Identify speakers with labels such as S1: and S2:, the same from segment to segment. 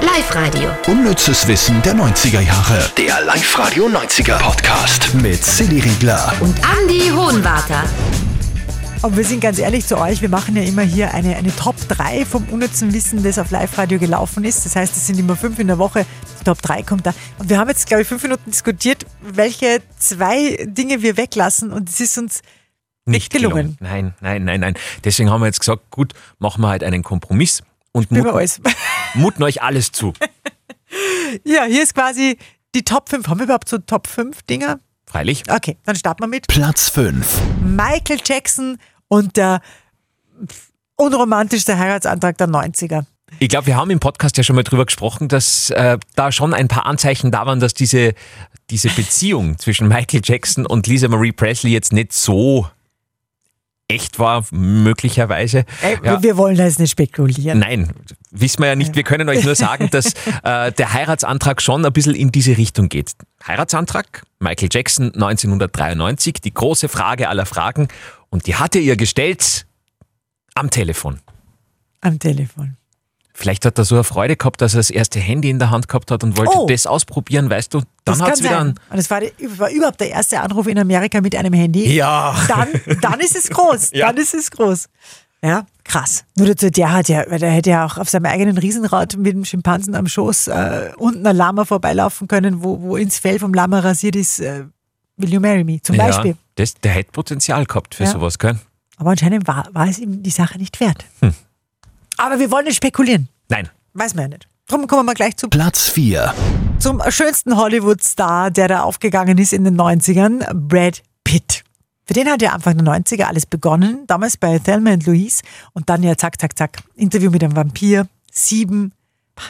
S1: Live-Radio.
S2: Unnützes Wissen der 90er Jahre.
S3: Der Live-Radio 90er Podcast.
S2: Mit Silly Riegler.
S1: Und Andy Hohenwarter.
S4: Aber wir sind ganz ehrlich zu euch, wir machen ja immer hier eine, eine Top 3 vom unnützen Wissen, das auf Live-Radio gelaufen ist. Das heißt, es sind immer fünf in der Woche. Die Top 3 kommt da. Und wir haben jetzt, glaube ich, fünf Minuten diskutiert, welche zwei Dinge wir weglassen. Und es ist uns
S5: Nicht
S4: gelungen.
S5: gelungen. Nein, nein, nein, nein. Deswegen haben wir jetzt gesagt, gut, machen wir halt einen Kompromiss und
S4: über
S5: muten,
S4: alles.
S5: muten euch alles zu.
S4: ja, hier ist quasi die Top 5. Haben wir überhaupt so Top 5 Dinger?
S5: Freilich.
S4: Okay, dann starten wir mit
S2: Platz 5.
S4: Michael Jackson und der unromantischste Heiratsantrag der 90er.
S5: Ich glaube, wir haben im Podcast ja schon mal drüber gesprochen, dass äh, da schon ein paar Anzeichen da waren, dass diese, diese Beziehung zwischen Michael Jackson und Lisa Marie Presley jetzt nicht so echt war, möglicherweise.
S4: Ey,
S5: Ja.
S4: Wir wollen da jetzt nicht spekulieren.
S5: Nein, wissen wir ja nicht. Wir können euch nur sagen, dass äh, der Heiratsantrag schon ein bisschen in diese Richtung geht. Heiratsantrag, Michael Jackson 1993, die große Frage aller Fragen. Und die hat er ihr gestellt am Telefon.
S4: Am Telefon.
S5: Vielleicht hat er so eine Freude gehabt, dass er das erste Handy in der Hand gehabt hat und wollte
S4: Oh.
S5: das ausprobieren, weißt du? Dann
S4: Das
S5: hat
S4: kann
S5: es wieder
S4: sein.
S5: einen.
S4: Und es war, die- war überhaupt der erste Anruf in Amerika mit einem Handy.
S5: Ja.
S4: Dann, dann ist es groß.
S5: Ja.
S4: Dann ist es groß. Ja, krass. Nur dazu, der hat ja, weil der hätte ja auch auf seinem eigenen Riesenrad mit dem Schimpansen am Schoß äh, unten ein Lama vorbeilaufen können, wo, wo ins Fell vom Lama rasiert ist. Äh, Will you marry me? Zum Beispiel.
S5: Ja, das, der hätte Potenzial gehabt für
S4: Ja.
S5: sowas, gell?
S4: Aber anscheinend war, war es ihm die Sache nicht wert.
S5: Hm.
S4: Aber wir wollen nicht spekulieren.
S5: Nein.
S4: Weiß man ja nicht. Drum kommen wir mal gleich zu
S2: Platz 4.
S4: zum schönsten Hollywood-Star, der da aufgegangen ist in den 90ern, Brad Pitt. Für den hat ja Anfang der 90er alles begonnen, damals bei Thelma und Louise und dann ja zack, zack, zack, Interview mit einem Vampir, Sieben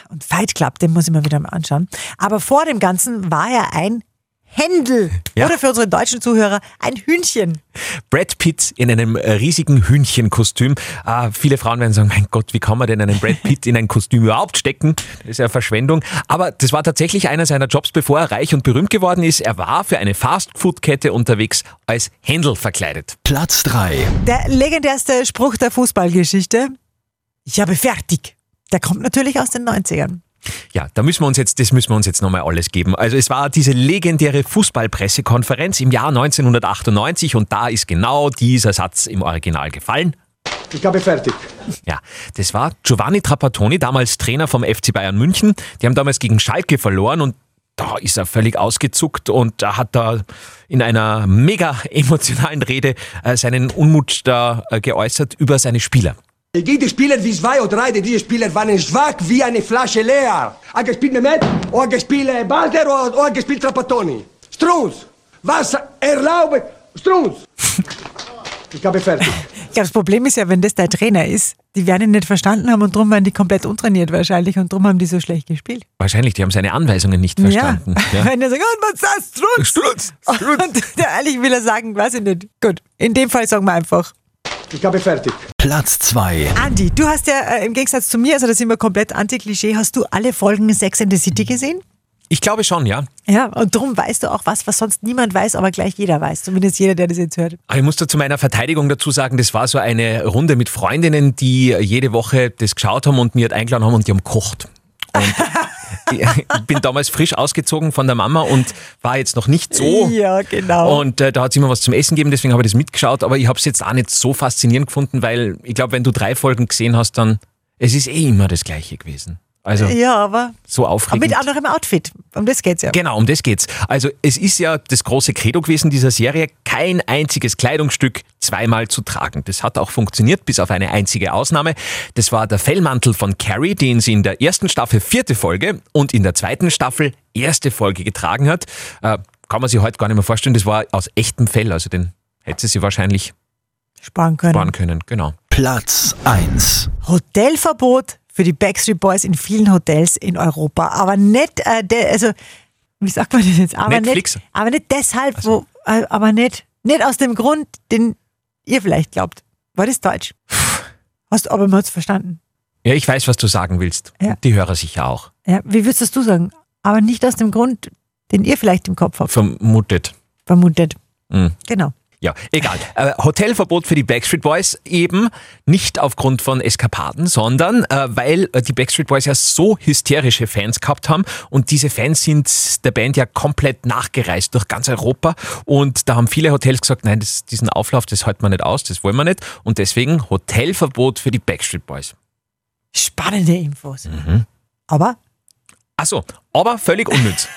S4: und Fight Club, den muss ich mir wieder mal anschauen. Aber vor dem Ganzen war er ein Händel
S5: Ja.
S4: oder für unsere deutschen Zuhörer ein Hühnchen.
S5: Brad Pitt in einem äh, riesigen Hühnchenkostüm. Ah, viele Frauen werden sagen, mein Gott, wie kann man denn einen Brad Pitt in ein Kostüm überhaupt stecken? Das ist ja Verschwendung. Aber das war tatsächlich einer seiner Jobs, bevor er reich und berühmt geworden ist. Er war für eine Fastfood-Kette unterwegs als Händel verkleidet.
S2: Platz 3.
S4: Der legendärste Spruch der Fußballgeschichte, ich habe fertig. Der kommt natürlich aus den 90ern.
S5: Ja, da müssen wir uns jetzt, das müssen wir uns jetzt nochmal alles geben. Also es war diese legendäre Fußballpressekonferenz im Jahr 1998 und da ist genau dieser Satz im Original gefallen.
S6: Ich habe fertig.
S5: Ja, das war Giovanni Trapattoni, damals Trainer vom FC Bayern München. Die haben damals gegen Schalke verloren und da ist er völlig ausgezuckt und da hat da in einer mega emotionalen Rede äh, seinen Unmut da äh, geäußert über seine Spieler.
S6: Jede Spieler wie zwei oder drei, die diese Spieler waren schwach wie eine Flasche leer. Ein gespielt Mehmet, ein gespielt äh, Balder und ein gespielt Trapattoni. Strunz, was erlaube... Strunz! Ich habe fertig.
S4: Ich glaube, das Problem ist ja, wenn das dein Trainer ist, die werden ihn nicht verstanden haben und drum waren die komplett untrainiert wahrscheinlich und drum haben die so schlecht gespielt.
S5: Wahrscheinlich, die haben seine Anweisungen nicht verstanden.
S4: Ja.
S5: Ja.
S4: Wenn der sagt, oh, was ist das? Strutz! Strutz! Und der eigentlich will er sagen, weiß ich nicht. Gut, in dem Fall sagen wir einfach.
S6: Ich habe fertig.
S2: Platz 2.
S4: Andi, du hast ja äh, im Gegensatz zu mir, also da sind wir komplett anti-Klischee, hast du alle Folgen Sex in the City gesehen?
S5: Ich glaube schon, ja.
S4: Ja, und drum weißt du auch was, was sonst niemand weiß, aber gleich jeder weiß. Zumindest jeder, der das jetzt hört.
S5: Aber ich muss da zu meiner Verteidigung dazu sagen, das war so eine Runde mit Freundinnen, die jede Woche das geschaut haben und mir halt eingeladen haben und die haben gekocht. Und ich bin damals frisch ausgezogen von der Mama und war jetzt noch nicht so.
S4: Ja, genau.
S5: Und äh, da hat es immer was zum Essen gegeben, deswegen habe ich das mitgeschaut, aber ich habe es jetzt auch nicht so faszinierend gefunden, weil ich glaube, wenn du drei Folgen gesehen hast, dann es ist eh immer das Gleiche gewesen. Also
S4: ja, aber
S5: so
S4: aber
S5: aufregend.
S4: mit anderem Outfit. Um das geht's ja.
S5: Genau, um das geht's. Also es ist ja das große Credo gewesen dieser Serie, kein einziges Kleidungsstück zweimal zu tragen. Das hat auch funktioniert, bis auf eine einzige Ausnahme. Das war der Fellmantel von Carrie, den sie in der ersten Staffel vierte Folge und in der zweiten Staffel erste Folge getragen hat. Äh, kann man sich heute gar nicht mehr vorstellen, das war aus echtem Fell, also den hätte sie wahrscheinlich
S4: Sparen können.
S5: sparen können, genau.
S2: Platz 1.
S4: Hotelverbot für die Backstreet Boys in vielen Hotels in Europa. Aber nicht, äh, de, also, wie sagt man das jetzt? Aber
S5: Netflix. Also
S4: nicht, aber nicht deshalb, wo, äh, aber nicht, nicht aus dem Grund, den ihr vielleicht glaubt. War das Deutsch? Hast aber man hat's verstanden.
S5: Ja, ich weiß, was du sagen willst.
S4: Ja.
S5: Und Die Hörer sicher auch.
S4: Ja, wie würdest das du sagen? Aber nicht aus dem Grund, den ihr vielleicht im Kopf habt,
S5: Vermutet.
S4: vermutet.
S5: Mhm.
S4: Genau.
S5: Ja, egal. Äh, Hotelverbot für die Backstreet Boys eben nicht aufgrund von Eskapaden, sondern äh, weil äh, die Backstreet Boys ja so hysterische Fans gehabt haben und diese Fans sind der Band ja komplett nachgereist durch ganz Europa und da haben viele Hotels gesagt, nein, das, diesen Auflauf, das halten wir nicht aus, das wollen wir nicht und deswegen Hotelverbot für die Backstreet Boys. Mhm.
S4: Spannende Infos. Aber
S5: Achso, aber völlig unnütz.